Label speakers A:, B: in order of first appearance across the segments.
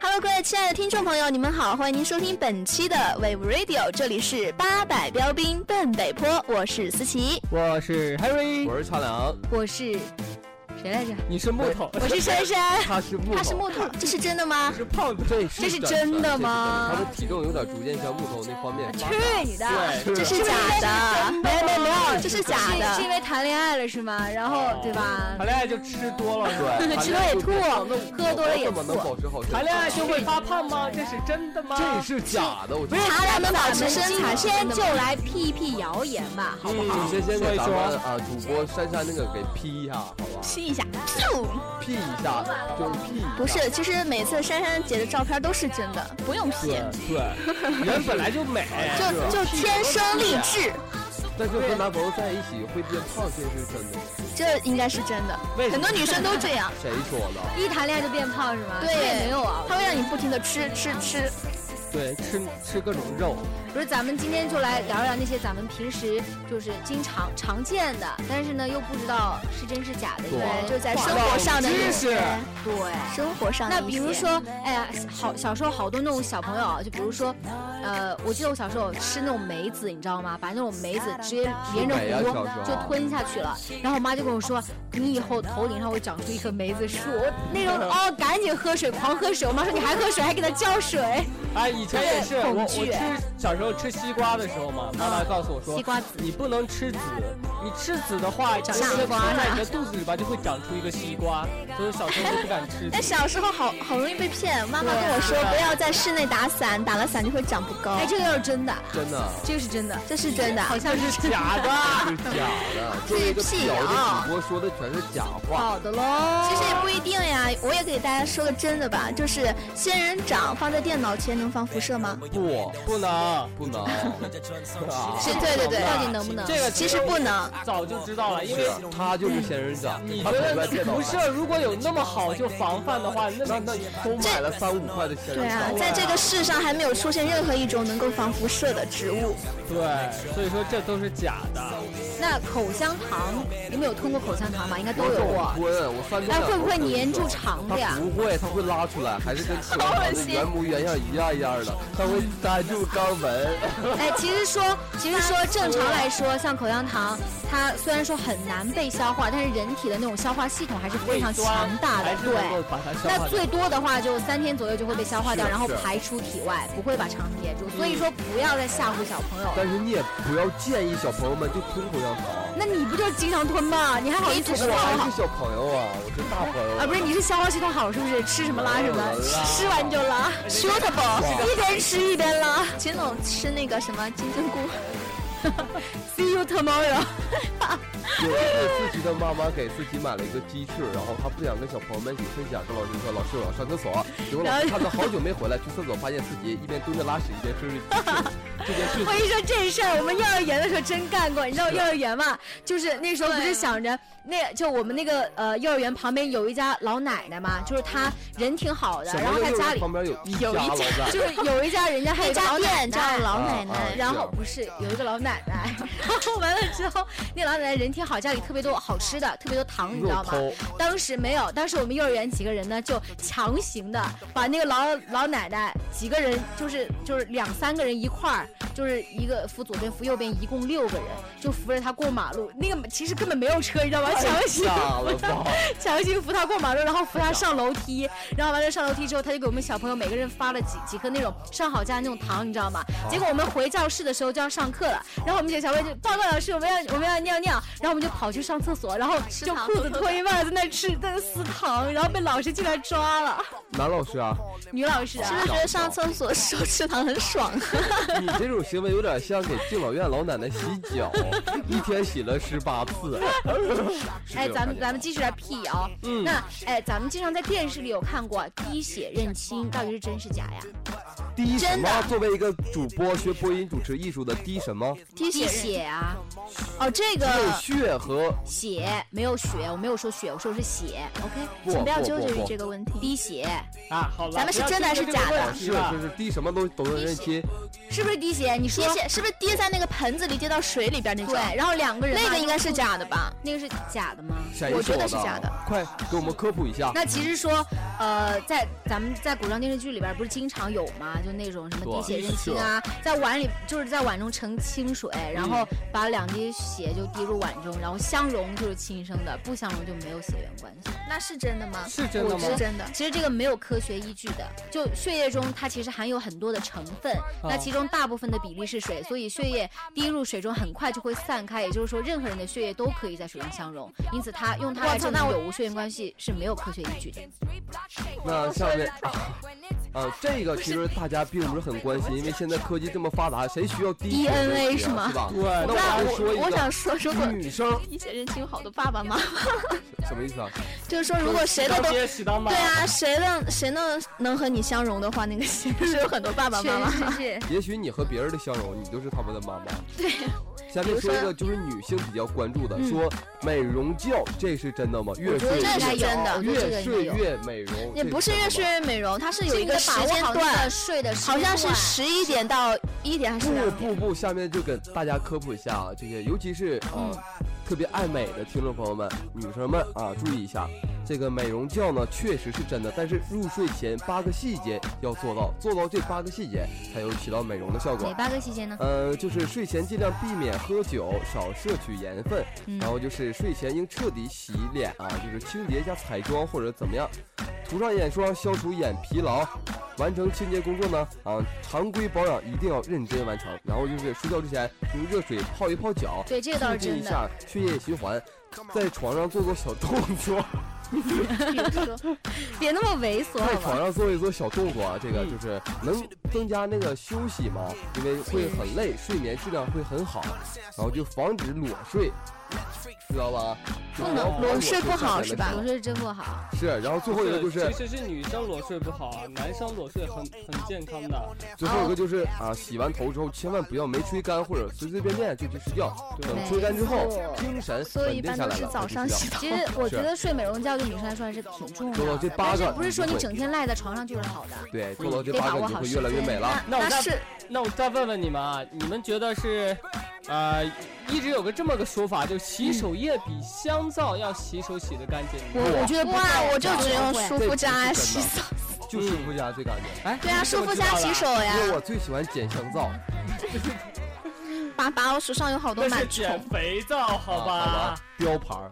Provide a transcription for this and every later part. A: Hello，各位亲爱的听众朋友，你们好，欢迎您收听本期的 Wave Radio，这里是八百标兵奔北坡，我是思琪，
B: 我是 Harry，
C: 我是超良，
D: 我是谁来着？
B: 你是木头，
A: 我是珊珊，
B: 他是木头，
D: 他是木头，
A: 这是真的吗？
B: 是胖子，
C: 这
D: 这是真的吗
C: 他的体重有点逐渐向木头那方面发展。
D: 去你的！
B: 对
A: 这是假的，没有没有没有，这是假
D: 是是因
A: 的。
D: 为谈恋爱了是吗？然后对吧
B: 谈？恋爱就吃多了是吧？
C: 对，
A: 哎吃多也吐
D: 喝多了也
C: 怎么能
D: 吐
C: 保持好身材？
B: 谈恋爱就会发胖吗？这是真的吗？
C: 这是假的，我觉得。
A: 查咱们保
D: 咱
A: 持
D: 们
A: 身
D: 今
A: 材是真
D: 天
A: 的
D: 就
A: 吗，
D: 来辟一辟谣言吧，好不好？
C: 嗯首先先
B: 所
C: 给
B: 以
C: 咱们
B: 说
C: 啊主播珊珊那个给 P 一下，好吧
A: 吃一下。
C: ？P 一下，就是 P 一下。
A: 不是，其实每次珊珊姐的照片都是真的，不用 P，
B: 对 对，人本来就美，啊
A: 就就天生丽质，
C: 但是和男朋友在一起会变胖，这是真的。
A: 这应该是真的
B: 为。什
A: 很
B: 么
A: 多女生都这样，
C: 谁说的？
D: 一谈恋爱就变胖是吗？
A: 对
D: 这也没有啊。
A: 她会让你不停的吃吃吃。
B: 对，吃吃各种肉，
D: 不是，咱们今天就来聊聊那些咱们平时就是经常常见的，但是呢又不知道是真是假的一
A: 对，
D: 些，
A: 就在生活上的
B: 知
A: 那
B: 识
A: 些，
D: 对。
A: 生活上的
D: 那
A: 一
D: 比如
A: 些
D: 说，哎呀，好小时候好多那种小朋友啊，就比如说，呃，我记得我小时候吃那种梅子，你知道吗？把那种梅子直接连着
C: 美啊
D: 核
C: 小时候
D: 就吞下去了。然后我妈就跟我说，你以后头顶上会长出一棵梅子树。我那 时候哦，赶紧喝水，狂喝水。我妈说你还喝水，还给它浇水。
B: 哎，以前也
D: 特
B: 是
D: 别
B: 我我
D: 恐惧
B: 吃小时候吃西瓜的时候嘛，妈妈告诉我说，
D: 西瓜籽
B: 你不能吃籽，你吃籽的话，长
D: 西瓜呢
B: 在你的肚子里边就会长出一个西瓜，所以小时候就不敢吃
A: 但
B: 籽。
A: 小时候好好容易被骗，妈妈跟我说
B: 对啊
A: 不要在室内打伞，打了伞就会长不高。
D: 哎，这个是真的，
C: 真的，
D: 这个是真的，
A: 这是真的。
D: 好像是真的。
B: 假的，
C: 是假的。作为一个
A: 这是
C: 辟
A: 辟
C: 谣的
A: 谣
C: 主播说的全是假话。
D: 好的喽。
A: 其实也不一定呀，我也给大家说个真的吧，就是仙人掌放在电脑前能防辐射吗？
C: 不，
B: 不能。
C: 不能。啊
A: 是对对对，
D: 到底能不能？
B: 这个
A: 其实不能，
B: 早就知道了，因为
C: 是，他就是仙人掌。
B: 你
C: 他
B: 觉
C: 不
B: 得
C: 在电脑
B: 辐
C: 上
B: 射如果有那么好就防范的话，那
C: 那那都买了三五块的仙
A: 对
C: 人
A: 啊
C: 掌，，
A: 在这个世上还没有出现任何一种能够防辐射的植物。
B: 对，所以说这都是假的。
D: 那口香糖，你们有吞过口香糖吗？应该都
C: 我
D: 有
C: 总
D: 过。
C: 吞，我三天
D: 哎，
C: 两头
D: 会不会
C: 吞一
D: 粘
C: 次
D: 住肠子呀
C: 它？不会，它会拉出来，还是跟口香糖的原模原样一样一样的，它会粘住肛门。
D: 哎，其实说，其实说，正常来说，像口香糖，它虽然说很难被消化，但是人体的那种消化系统还是非常强大的
B: 还，是
D: 对。
B: 能够把它消
D: 那
B: 化
D: 最多的话就三天左右就会被消化掉，
C: 是
D: 然后
C: 是
D: 排出体外，不会把肠子粘住。所以
B: 嗯
D: 说，不要再吓唬小朋友了。
C: 但是你也不要建议小朋友们就吞口香糖，
D: 那你不就是经常吞吗？你还好意思说
C: 我
D: 好不
C: 还
D: 好
C: 是小朋友啊，我是大朋友
D: 啊？不是，你是消化系统好是不是？吃什么拉什么
C: 我，拉
D: 吃完就拉，
A: Suitable，
D: 一边吃一边拉。
A: 秦总吃那个什么金针菇，
D: See you tomorrow。
C: 有一次自己的妈妈给自己买了一个鸡翅，然后她不想跟小朋友们一起分享，跟老师说老师我要上厕所，结果老师看她好久没回来，去厕所发现自己一边蹲着拉屎一边吃着鸡翅，这件事
D: 我跟你说这事儿，我们幼儿园的时候真干过。你知道幼儿园嘛？就是那时候不是想着，那就我们那个呃幼儿园旁边有一家老奶奶嘛，就是她人挺好的，
C: 什
D: 然
C: 么
D: 后她
C: 幼儿
D: 家
C: 园
D: 里
C: 旁边有一家老在，
D: 就是有一家人家还有
A: 一
D: 一个老
A: 家
D: 奶
A: 店
D: 奶
A: 叫。 老奶
C: 啊啊
A: 奶。
D: 然后不是有一个老奶奶， 然后完了之后，那老奶奶人挺好，家里特别多好吃的，特别多糖，你知
C: 肉
D: 道吗？
C: 偷，
D: 当时没有，当时我们幼儿园几个人呢，就强行的把那个老老奶奶几个人，就是就是两三个人一块儿，就是一个扶左边扶右边，一共六个人，就扶着她过马路。那个其实根本没有车，你知道吗？强行
C: 傻了吧？
D: 强行扶她过马路，然后扶她上楼梯，然后完了上楼梯之后，他就给我们小朋友每个人发了几几颗那种上好佳那种糖，你知道吗？结果我们回教室的时候就要上课了，然后我们几个小朋友就报告老师，我们要我们要尿尿，然后我们就跑去上厕所，然后就
A: 糖
D: 裤子脱一半在那吃在那撕糖，然后被老师进来抓 了，
C: 男老师啊，
D: 女老师
A: 是
D: 啊
A: 不。是觉得上厕所手吃糖很 爽？
C: 你这种行为有点像给敬老院老奶奶洗 脚，一天洗了十八次。
D: 哎，咱们咱们继续来辟谣。
A: 嗯
D: 那哎，咱们经常在电视里有看过滴血认亲，到底是真是假呀？
C: 第一什
A: 真的
C: 么？作为一个主播学播音主持艺术的，第一什么？
A: 滴
D: 滴
A: 血
D: 血啊，
A: 哦，这
C: 只有
A: 个
C: 血和
D: 血没有血，我没有说血，我说的是血。OK，
C: 不
A: 请不要
C: 不
A: 纠结于
C: 不
A: 这个问题。
D: 滴血。
B: 啊，好了，
A: 咱们是
B: 不要
A: 真的
B: 纠
A: 还是
B: 结这个
A: 假的
B: 问
C: 不
B: 题
C: 是
B: 了
C: 就是第一什么都都能认亲，
D: 是不是滴血？你说
A: 跌血是不是跌在那个盆子里，跌到水里边那种？
D: 对，然后两个人
A: 那
D: 吧
A: 个应该是假的吧？
D: 那个是假的吗？
C: 下一个
A: 我觉得
C: 我啊
A: 是假的，
C: 快给我们科普一下。
D: 那其实说，呃，在咱们在古装电视剧里边不是经常有吗？就那种什么
C: 对
D: 滴血认亲啊，在碗里就是在碗中盛清水，然后
B: 嗯
D: 把两滴血就滴入碗中，然后相融就是亲生的，不相融就没有血缘关系。
A: 那是真的吗？
C: 是真的
A: 我
C: 吗
A: 觉？得真的。
D: 其实这个没有科学依据的，就血液中它其实含有很多的成分，那其中大部分的比例是水，所以血液滴入水中很快就会散开，也就是说任何人的血液都可以在水中相融，因此它用它
A: 我
D: 来
A: 操
D: 证
A: 那
D: 明
A: 我
D: 有无血缘关系是没有科学依据的。
C: 那下面，
A: 啊
C: 呃，这个其实大家并不是很关心，因为现在科技这么发达，谁需要滴血
D: DNA
C: 认
D: 是
C: 亲啊
D: 吗
C: 是吧？
B: 对
C: 那我
A: 那
C: 还说一
A: 我我
C: 个嗯
A: 想说，如果
C: 女生
A: 滴血认亲有好多爸爸妈妈，
C: 什么意思啊？
A: 就是说如果谁的
B: 当
A: 都
B: 爹喜当妈，
A: 对啊，谁能谁能能和你相融的话，那个 血是有很多爸爸妈妈。
D: 确实是。
C: 也许你和别人的相融，你就是他们的妈妈。
A: 对。
C: 下面说一个就是女性比较关注的，说美容觉，这是真的吗？越
D: 嗯我觉得
C: 睡
A: 这
D: 应该
A: 是
C: 越
D: 有
A: 真的
D: 我觉得这
C: 越
D: 个应该
C: 睡
D: 有。
C: 越美容，
A: 也不是
C: 这
A: 越
C: 真
A: 睡
C: 的
A: 越
C: 吗
A: 美容，它是有
D: 是
A: 一
D: 你得
A: 个时
D: 把握
A: 间
D: 好那
A: 段
D: 个，睡的时间
A: 好像是
D: 段
A: 十一点到一点还是
D: 啊
A: 两点？
C: 不不不，下面就给大家科普一下啊，这些尤其是啊、特别爱美的听众朋友们，女生们啊，注意一下，这个美容觉呢确实是真的，但是入睡前八个细节要做到，做到这八个细节才有起到美容的效果
D: 哪。八个细节呢？
C: 呃，就是睡前尽量避免喝酒，少摄取盐分，
D: 嗯
C: 然后就是睡前应彻底洗脸啊，就是清洁一下彩妆或者怎么样，涂上眼霜消除眼疲劳。完成清洁工作呢，啊，常规保养一定要认真完成。然后就是睡觉之前用热水泡一泡脚，
D: 对，这个倒
C: 促
D: 是
C: 进一
D: 真的。
C: 下血液循环。在床上做做小动作，
D: 别那么猥琐
C: 在
D: 好
C: 床
D: 吗？
C: 上做一做小动作啊，这个
B: 嗯
C: 就是能增加那个休息嘛，因为会很累，睡眠质量会很好，然后就防止裸睡，知道吧？就
A: 不
C: 不要
A: 能裸睡不好是吧
D: 我说是真不好，
C: 是，然后最后一个就是
B: 对其实是女生裸睡不好啊，男生裸睡很很健康的。
C: 最后一个就是
B: 哦
C: 啊，洗完头之后千万不要没吹干或者随随便便就去睡觉，
B: 对
C: 等吹干之后
D: 没错
C: 精神
A: 所以一
C: 稳定
A: 般
C: 下
A: 都
C: 来
A: 是
C: 了
A: 早上
C: 再去
A: 洗
C: 睡
D: 其。
A: 头
C: 觉。
D: 实我觉
C: 是
D: 得睡美容觉对女生来说还是挺重
C: 做
D: 要
C: 到这
D: 的，
C: 八
D: 但是
C: 个
D: 不是说你
C: 你就会
D: 整天赖在床上就是好的。
C: 对， 做到这八
D: 得把
C: 个
D: 握
C: 你就
D: 好
C: 会
D: 时
C: 越来越
D: 间
C: 美了。
B: 那我再
A: 是
B: 那我再问问你们啊，你们觉得是，呃，一直有个这么个说法，就洗手液比香皂要洗手洗的干净。
D: 我我觉得不会
A: 哇，我就只用
D: 不会
A: 舒肤佳
C: 这不是
A: 洗
C: 真的
A: 手，
C: 就是舒肤佳最干净，
B: 哎，
A: 对啊，舒肤佳
B: 家
A: 洗手呀
C: 因，为我最喜欢剪香皂。
A: 拔拔我手上有好多
B: 那是
A: 螨
B: 减
A: 虫。
B: 肥皂，好吧？
C: 啊标牌儿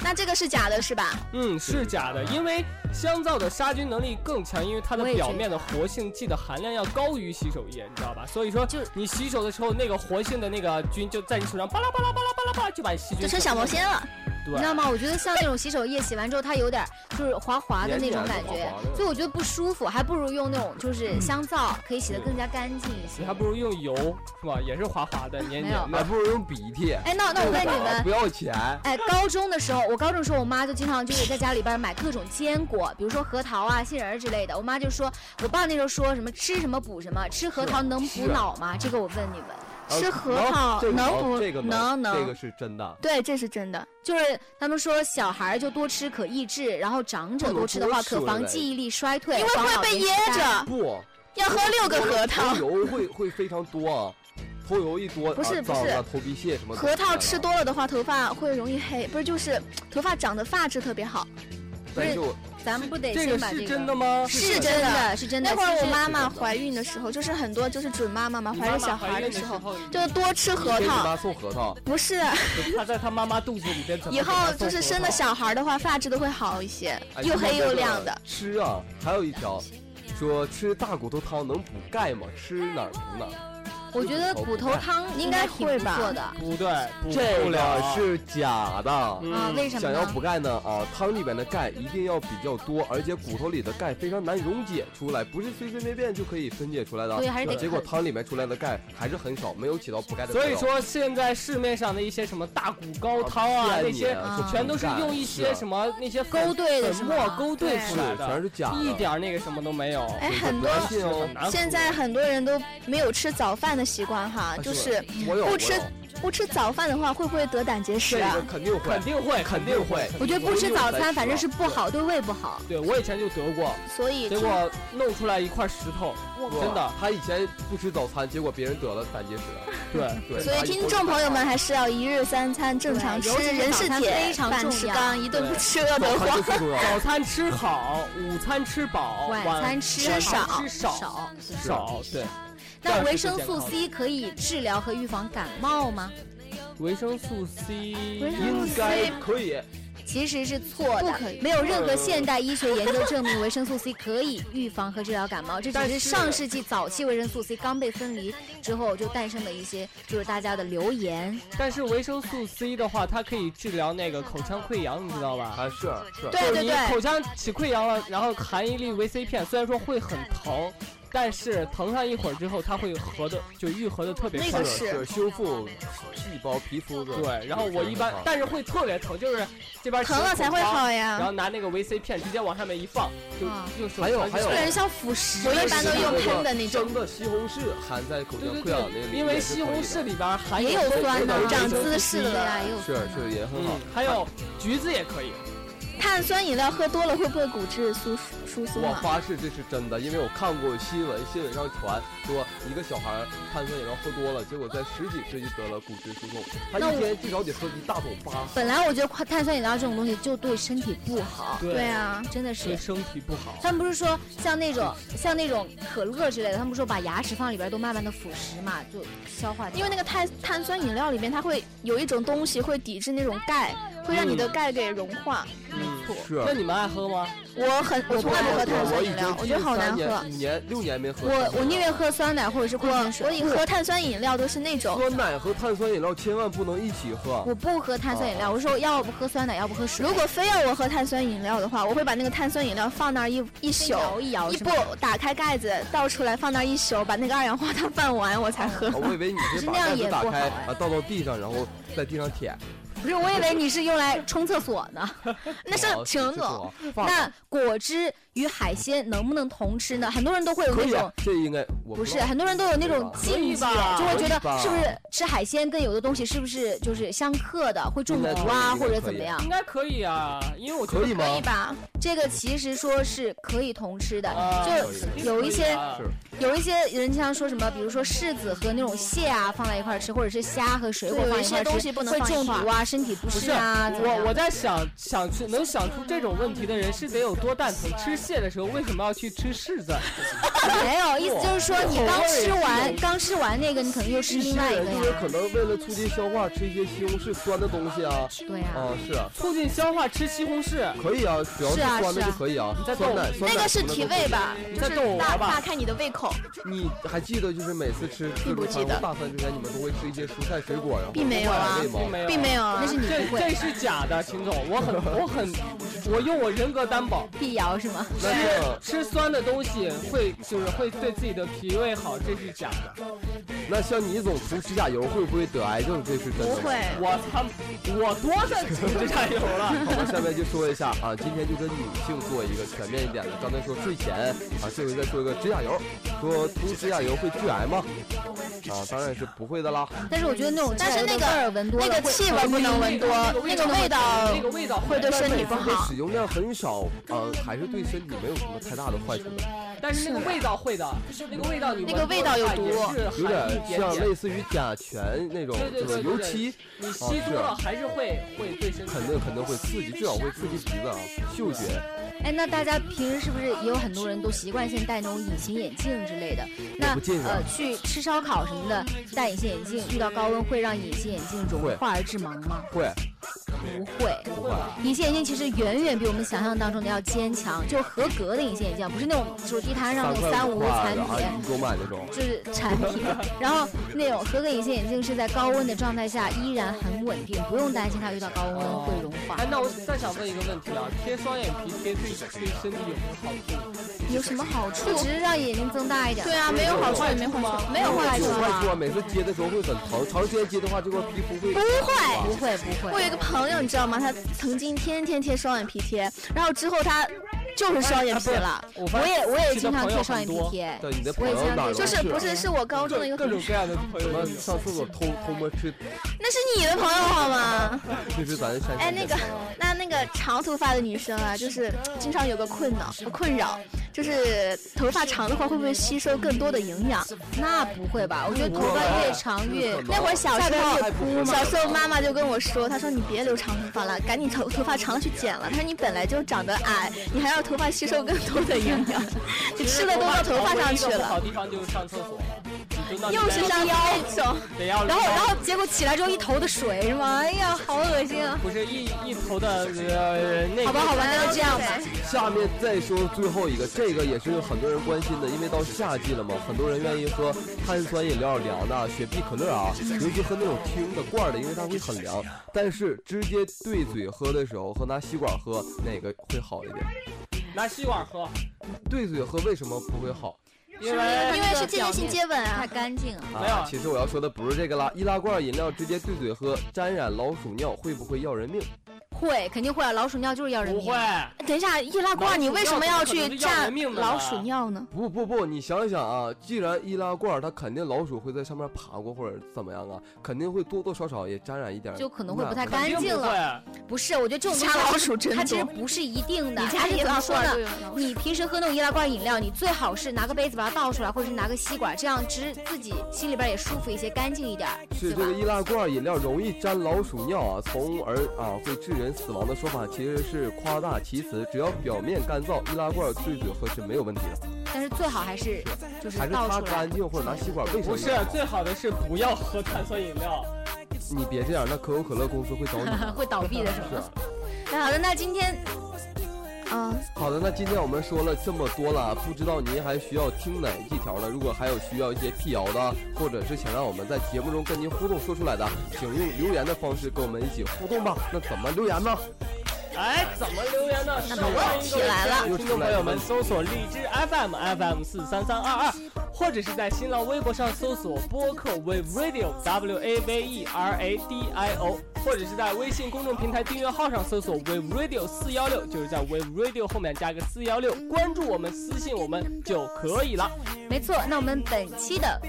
A: 那这个是假的是吧？
B: 嗯，是假的，因为香皂的杀菌能力更强，因为它的
D: 我也觉得
B: 表面的活性剂的含量要高于洗手液，你知道吧？所以说，
D: 就
B: 你洗手的时候，那个活性的那个菌就在你手上巴拉巴拉巴拉巴拉巴拉，就把你细菌
A: 就成小魔仙了。
B: 对，
D: 你知道吗？我觉得像那种洗手液洗完之后，它有点就是滑滑的那种感
C: 黏黏
D: 觉
C: 的滑滑的，嗯
D: 所以我觉得不舒服，还不如用那种就是香皂，可以洗得更加干净一些
B: 你还。不如用油是吧？也是滑滑的、黏
D: 没
B: 黏
D: 有
C: 还
B: 的。
C: 不如用鼻涕。
D: 哎，那那我问你们
C: 不，要钱，
D: 哎，高中的时候，我高中的时候，我妈就经常就是在家里边买各种坚果，比如说核桃啊、杏仁儿之类的。我妈就说，我爸那时候说什么吃什么补什么，吃核桃能补
C: 是啊
D: 脑吗？这个我问你们，
A: 吃核
C: 然后
A: 桃
C: 这个
A: 能不
C: 这个
A: 能能
C: 这个是真的。
A: 对，这是真的。
D: 就是他们说小孩儿就多吃可抑制，然后长者多吃的话
C: 不能
D: 可
C: 多
D: 防
C: 吃
D: 记忆力衰退，
A: 因为
D: 防
A: 会
D: 老
A: 被
D: 年痴呆。
A: 噎着，
C: 不，
A: 要喝六个核桃
C: 头。油会会非常多啊，头油一多，
A: 不是
C: 啊
A: 不
C: 脏
A: 是
C: 啊，头皮屑什么的。
A: 核桃吃多了的话，头发会容易黑，不是就是头发长得发质特别好。
C: 但是我，
D: 咱们不得
B: 这
D: 先
B: 个
D: 把
B: 是
D: 这
B: 真的吗？
A: 是
D: 是
A: 真
D: 真
A: 的
D: 的，是真的。
A: 那会儿
D: 其
A: 我
D: 实
A: 妈妈
C: 是的
A: 怀孕的时候，就是很多啊就是准妈妈嘛，怀着小孩
B: 的
A: 时候，
B: 候，
A: 就多吃
C: 你
A: 核
C: 给你
A: 桃。
C: 妈送核桃，
A: 不是，
B: 她在她妈妈肚子里边怎么
A: 以
B: 给她
A: 后
B: 送
A: 就是
B: 核
A: 生了
B: 桃
A: 小孩的话，发质都会好一些，
C: 哎
A: 又黑又亮。
C: 这
A: 的
C: 个。吃啊，还有一条，说吃大骨头汤能补钙吗？吃哪儿补哪儿。
D: 我觉得骨头汤应该挺不错
A: 应
D: 的
B: 不对，补
C: 这
B: 不了啊
C: 个是假的。
B: 嗯
D: 啊？为什么
C: 想要
D: 呢？
C: 补钙呢，啊，汤里面的钙一定要比较多，而且骨头里的钙非常难溶解出来，不是随随便便就可以分解出来的。
D: 对还是得
C: 结果
D: 啃
C: 汤里面出来的钙还是很少，没有起到补钙的作
B: 所以
C: 用。
B: 说，现在市面上的一些什么大骨高汤啊，那些
D: 啊
B: 全都是用一些什
C: 么，
B: 么那些
D: 勾兑的
B: 粉
D: 是
B: 末
D: 吗？
B: 勾兑
C: 是啊
B: 出来
C: 全
B: 的，
C: 是假的，
B: 一点儿那个什么都没有。
A: 哎，很
C: 不
A: 多
C: 要信哦。
B: 很难
A: 现在很多人都没有吃早饭的习惯哈，
C: 啊
A: 就是是
C: 我有
A: 不
C: 我
A: 吃
C: 有
A: 不吃早饭的话，会不会得胆结石
C: 这
A: 啊？
C: 个肯定会，
B: 肯定会，肯定会。
D: 我觉得不吃早餐反正是不好，对胃不好。
B: 对我以前就得过，
A: 所以
B: 结
A: 听
B: 果弄出来一块石头，
C: 哇
B: 真的
C: 他以前不吃早餐，结果别人得了胆结石。
B: 对。
C: 对，
A: 所以
C: 他以后
A: 听
C: 就
A: 众
C: 改
A: 朋友
C: 了
A: 们还是要一日三餐正常吃
D: 对尤，其是
A: 人
D: 早
A: 是
D: 餐
A: 铁，
D: 非常
A: 饭
D: 重
A: 吃
D: 要
A: 钢，一顿不
B: 对
A: 吃饿得
C: 早
A: 慌
C: 餐 就。最重要了。
B: 早餐吃好，午餐吃饱，
D: 晚
B: 晚
D: 餐吃
A: 吃
D: 少
A: 少
B: 吃少
D: 少是
B: 吃少。对，这
D: 那
B: 样
D: 维
B: 是最
D: 生
B: 健
D: 素
B: 康的
D: C 可以治疗和预防感冒吗？
B: 维生素 C
D: 维生素
B: 应
D: C
B: 该可以，
C: 啊
D: 其实是错
A: 不
D: 的
A: 可以，
D: 没有任何现代医学研究证明维生素 C 可以预防和治疗感冒，这只
B: 但
D: 是
B: 是
D: 上世纪早期维生素 C 刚被分离之后就诞生的一些就是大家的流言。
B: 但是维生素 C 的话，它可以治疗那个口腔溃疡，你知道吧？
C: 啊，是是，
D: 对
B: 就是
D: 对
B: 你
D: 对
B: 口腔起溃疡了，然后含一粒维 C 片，虽然说会很疼，但是疼上一会儿之后，它会合的就愈合的特别
A: 那
B: 快
A: 个。
C: 是
A: 是
C: 是修复细胞皮肤的。
B: 对，然后我一般，但是会特别疼，就是这边起
A: 疼了才会
B: 口疮
A: 好嗯
B: 然
A: 呀
B: 后。拿那个维 C 片直接往上面一放，就
D: 啊
B: 用手
C: 还有
B: 穿
C: 还
B: 进
C: 有
D: 这
B: 去
D: 个人像腐蚀
A: 我
D: 了
A: 一
D: 似
A: 般
D: 的，
A: 都用
C: 那个
A: 喷的那种
C: 蒸，的西红柿含在口
B: 对
C: 腔
B: 对
C: 溃疡那
B: 对，
C: 里，
B: 因为西红柿里边含
D: 也有酸
C: 呢
D: 呐，
A: 长
D: 有
A: 姿势
D: 皮
A: 了
D: 啊，也有
C: 是
D: 酸呐
C: 是也很好
B: 嗯。，还有橘子也可以。
A: 碳酸饮料喝多了会不会骨质疏疏
B: 嗯
A: 松
C: 我
A: 啊？
C: 发誓这是真的，因为我看过新闻，新闻上传说一个小孩儿碳酸饮料喝多了，结果在十几岁就得了骨质疏松，他
D: 那
C: 一
D: 我
C: 天至少得喝一大桶八。
A: 嗯
D: 本来我觉得碳酸饮料这种东西就对身体不好，
B: 对
A: 对，啊，
D: 真的是。
B: 对身体不好。
D: 他们不是说像那种像那种可乐之类的，他们不是说把牙齿放里边都慢慢的腐蚀嘛，就消化掉。
A: 因为那个碳碳酸饮料里面它会有一种东西会抵制那种钙，会让你的钙给融化。
B: 嗯，
C: 是
B: 那你们爱喝吗？
A: 我很我从来不喝碳酸饮料，
C: 我
A: 我觉
C: 已经
A: 得好难
C: 三年
A: 喝。
C: 五年六年没喝碳酸饮料了。
D: 我我宁愿喝酸奶或者是矿泉水。
A: 我我以喝碳酸饮料都是那种
C: 酸奶和碳酸饮料千万不能一起喝。
D: 我不喝碳酸饮料，我说要不喝酸奶，要不喝水。
A: 如果非要我喝碳酸饮料的话，我会把那个碳酸饮料放那儿一一
D: 先
A: 宿，
D: 摇一摇
A: 一
D: 是
A: 不
D: 吗
A: 打开盖子倒出来放那儿一宿，把那个二氧化碳放完我才喝。
C: 啊我以为你
D: 是
C: 把
D: 那样
C: 盖
D: 也
C: 子打
D: 不好
C: 开
D: 哎
C: 啊，倒到地上，然后在地上 舔。
D: 不是，我以为你是用来冲厕所呢。
A: 那是
C: 哦
A: 陈
C: 这
A: 总，
C: 这不好
D: 那果汁与海鲜能不能同吃呢？很多人都会有
C: 可
D: 那
C: 以啊
D: 种，，
C: 这应该我
D: 不是，
C: 知道
D: 很多人都有那种
C: 啊
D: 境界，
B: 可以吧
D: 就会觉
C: 可以吧
D: 得是不是吃海鲜跟有的东西是不是就是相克的，会中
C: 应该
D: 毒啊，或
C: 可以应该
D: 者
C: 可
D: 怎
C: 以
D: 么样
B: 应？该可以啊，因为我觉
C: 可
B: 得
C: 以吗
A: 可？以吧？
D: 这个其实说是可以同吃的，
B: 啊
D: 就有一些。
B: 可以啊
D: 有一些人经常说什么，比如说柿子和那种蟹啊放在一块儿吃，或者是虾和水果
A: 对
D: 放
A: 有
D: 一
A: 一些
D: 块儿吃，
A: 东西不能
D: 会
A: 放一
D: 中
A: 块儿
D: 毒啊，身体不
B: 不是
D: 适啊。怎么
B: 我
D: 样
B: 我在想想出能想出这种问题的人是得有多蛋疼？吃蟹的时候为什么要去吃柿子？
D: 啊没有意思，就是说你刚吃完，刚吃完那个，你可能又吃
C: 一些
D: 另外一个
C: 人因为
D: 呀。
C: 可能为了促进消化，吃一些西红柿酸的东西啊。
D: 对呀、
C: 啊，是啊，
B: 促进消化，吃西红柿。
C: 可以啊，只要
D: 是啊
C: 酸的
D: 是啊
C: 就可以啊。
B: 你在
C: 酸
B: 动
C: 奶，
B: 物
C: 酸
A: 那
C: 奶
A: 个
C: 什
A: 是
C: 么的
A: 体
C: 都
A: 味
C: 可以？
A: 吧，
B: 你
A: 就
B: 在
A: 是
B: 逗我
A: 大
B: 吧
A: 大开你的胃口，
C: 你还记得就是每次吃
A: 并
C: 各
A: 不
C: 种
A: 记
C: 餐
A: 得
C: 后大餐之前，你们都会吃一些蔬菜水果，然后
A: 并没有啊
C: 喂猫
B: 并没有，
A: 并没有啊
D: 那是你
B: 这
D: 不
B: 这
D: 会
B: 是假的，秦总，我很我很，我用我人格担保，
D: 辟谣是吗？
C: 那这个
B: 吃酸的东西会就是会对自己的脾胃好，这是假的。
C: 那像你总涂指甲油会不会得癌症？这是真的
A: 不
C: 吗
A: 会。
B: 我他我多的指甲油了。
C: 好吧，下面就说一下啊，今天就跟女性做一个全面一点的。刚才说睡前啊，这回再说一个指甲油，说涂指甲油会致癌吗？啊，当然是不会的啦。
D: 但是我觉得那种，
A: 但是那个
D: 味儿闻多了
A: 那个
D: 会
A: 气味不能闻多，那个味道
B: 那个味道
A: 会对身体不
C: 因为
A: 好
C: 使。用量很少，呃，还是对身体没有什么太大的坏处的，
B: 但是那个味道会的，那个味道你闻
A: 那个味道有毒
B: 多了也是
C: 有
B: 含一点
C: 点像
B: 点
C: 类似于甲醛那种，
B: 对对
C: 就
B: 对对
C: 是油
B: 对
C: 漆
B: 你吸多了
C: 啊
B: 还是会会对身体
C: 肯定肯定会刺激，至少会刺激鼻子啊、嗅觉。
D: 哎，那大家平时是不是也有很多人都习惯性戴那种隐形眼镜之类的？那
C: 不近视啊
D: 呃，去吃烧烤什么的，戴隐形眼镜，遇到高温会让隐形眼镜
C: 会
D: 融化而致盲吗？
C: 会，
D: 不会。
B: 不会吧？
D: 隐形眼镜其实远远比我们想象当中的要坚强，就合格的隐形眼镜，不是那种就是地摊上那种
C: 块
D: 三
C: 五
D: 无
C: 块
D: 产
C: 的啊，
D: 品。
C: 你给我买那种。
D: 就是产品，然后那种合格隐形眼镜是在高温的状态下依然很稳定，不用担心它遇到高温会融化
A: 哦
B: 哎，。那我再想问一个问题啊，贴双眼皮贴对对身体有什么好处？
A: 有什么好处
D: 就只是让眼睛增大一点。
A: 对啊，没有好处
B: 有
A: 也没
B: 坏处
A: 坏处，
B: 吗
A: 没有坏
C: 有
A: 处
C: 坏处
A: 啊。
C: 啊！每次接的时候会很疼，长时间接的话，这块皮肤会
A: 不会，
D: 不会不
A: 我有
D: 会
A: 一。个朋友，你知道吗？他曾经天天贴双眼皮贴，然后之后他就是双眼皮
B: 哎哎不是
A: 了。
B: 我发
D: 我
B: 现
D: 也我也
B: 去的
D: 经常
B: 朋友
D: 贴双
B: 很
D: 眼皮
B: 多
D: 贴，
C: 对，你的
D: 我
C: 朋
D: 也
C: 友
D: 经
C: 哪
D: 常
C: 儿
D: 贴，
A: 就
C: 都
A: 是不是是我高中的一个
B: 各
A: 同
B: 种
A: 学，
B: 各样的朋
C: 什
B: 友
C: 么
B: 都有
C: 上厕所偷偷摸吃，
A: 那是你的朋友好吗？
C: 其实咱山西
A: 哎，那个，那那个长头发的女生啊，就是经常有个困扰，困扰就是头发长的话会不会吸收更多的营养？
D: 那不会吧？我觉得头发越长越
C: 是什么
A: 那会儿小时
D: 下边
A: 候
D: 会
C: 哭，吗
A: 小时候妈妈就跟我说，她说你别留长头发了，赶紧头头发长了去剪了。她说你本来就长得矮，你还让头发吸收更多的营养，你吃的都到头发上去
B: 唯一一个不好
A: 了，
B: 地方就是上厕所，你蹲到
A: 又是上腰走。
B: 得要
D: 然后然后结果起来之后一头的水是吗？哎呀，好恶心啊！
B: 不是一一头的呃那个。
D: 好吧好吧，那就这样吧。
C: 下面再说最后一个，这个也是有很多人关心的，因为到夏季了嘛，很多人愿意喝碳酸饮料凉的，雪碧、可乐啊，尤其喝那种听的罐儿的，因为它会很凉。但是直接对嘴喝的时候和拿吸管喝哪个会好一点？
B: 拿吸管喝，
C: 对嘴喝为什么不会好？
B: 因
D: 是
B: 为
A: 因为是间接性接吻啊
D: 太。干净了。
B: 没有
C: 啊，其实我要说的不是这个啦，易拉罐饮料直接对嘴喝，沾染老鼠尿会不会要人命？
D: 会，肯定会啊！老鼠尿就是要人
B: 不
D: 命。
B: 会，啊
A: 等一下，易拉罐你为什么要去
B: 老鼠药怎么可能是要
A: 蘸
B: 人命的呢
A: 老鼠尿呢？
C: 不不不，你想想啊，既然易拉罐，它肯定老鼠会在上面爬过或者怎么样啊，肯定会多多少少也沾染一点，
D: 就可能会不太
C: 那
D: 干净了。
B: 了。
D: 不是，我觉得这种东
A: 家
D: 西
A: 老鼠真
D: 它其实
A: 多。
D: 不是一定的。
A: 你
D: 它
A: 家
D: 是
A: 易
D: 怎
A: 拉
D: 么说
A: 罐
D: 呢
A: 都？有老鼠
D: 你平时喝那种易拉罐饮料，你最好是拿个杯子把它倒出来，或者是拿个吸管，这样只自己心里边也舒服一些，干净一点，
C: 是
D: 对吧
C: 这个？易拉罐饮料容易沾老鼠尿啊，从而啊会致人死亡的说法其实是夸大其词。只要表面干燥，易拉罐对嘴喝是没有问题的，
D: 但是最好还是就是
C: 还是
D: 倒
C: 擦
D: 出来
C: 干。净或者拿吸管。为什么
B: 不是，最好的是不要喝碳酸饮料。
C: 你别这样，那可口可乐公司会找你 的。
D: 会倒闭的是吗？
C: 是。啊
D: 那好的，那今天呃
A: 啊，
C: 好的，那今天我们说了这么多了，不知道您还需要听哪几条呢？如果还有需要一些辟谣的，或者是想让我们在节目中跟您互动说出来的，请用留言的方式跟我们一起互动吧。那怎么留言呢？
B: 哎，怎么留言呢？
A: 那么问题来了
B: 听众朋友们搜索荔枝 FM FM 四三三二二，或者是在新浪微博上搜索播客 Wave Radio W A V E R A D I O，或者是在微信公众平台订阅号上搜索 Wave Radio 四幺六，就是在 Wave Radio 后面加个四幺六，关注我们，私信我们就可以了。
D: 没错，那我们本期的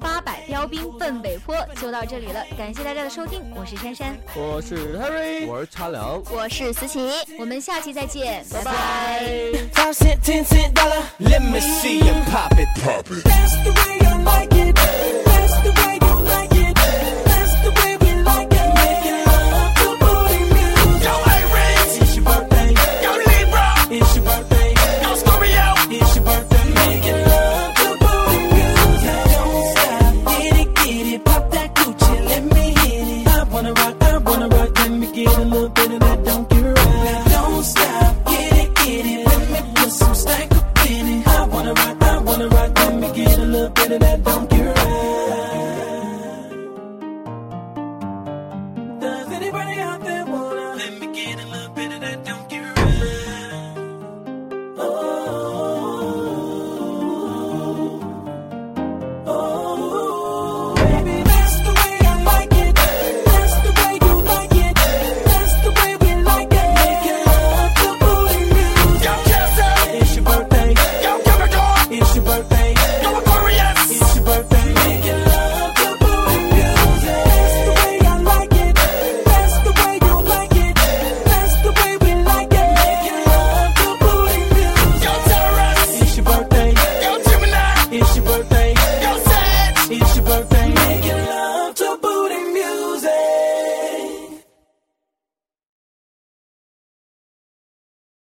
D: 八百标兵奔北坡就到这里了，感谢大家的收听，我是珊珊，
B: 我是 Harry，
C: 我是茶凉。
A: 我是思琪。
D: 我们下期再见，
B: 拜
D: 拜拜
B: 拜。
E: Five cent, ten cent dollar. Let me see you pop it. Pop it.
F: That's the way I like it. That's the way you like it. That's the way we like it. Making love to booty music. Yo, hey, Rex. It's your birthday. Yo, Libra. It's your birthday. Yo, Scorpio. It's your birthday. Making love to booty music. Don't stop. Get it, get it. Pop that Gucci. Let me hit it. I wanna rock. I wanna rock. Let me get a little bit of that. Don't get right. Now, Don't stop. Get it, get it. Let me put some stank up in it. I wanna rock. I wanna rock. Let me get a little bit of that. Don't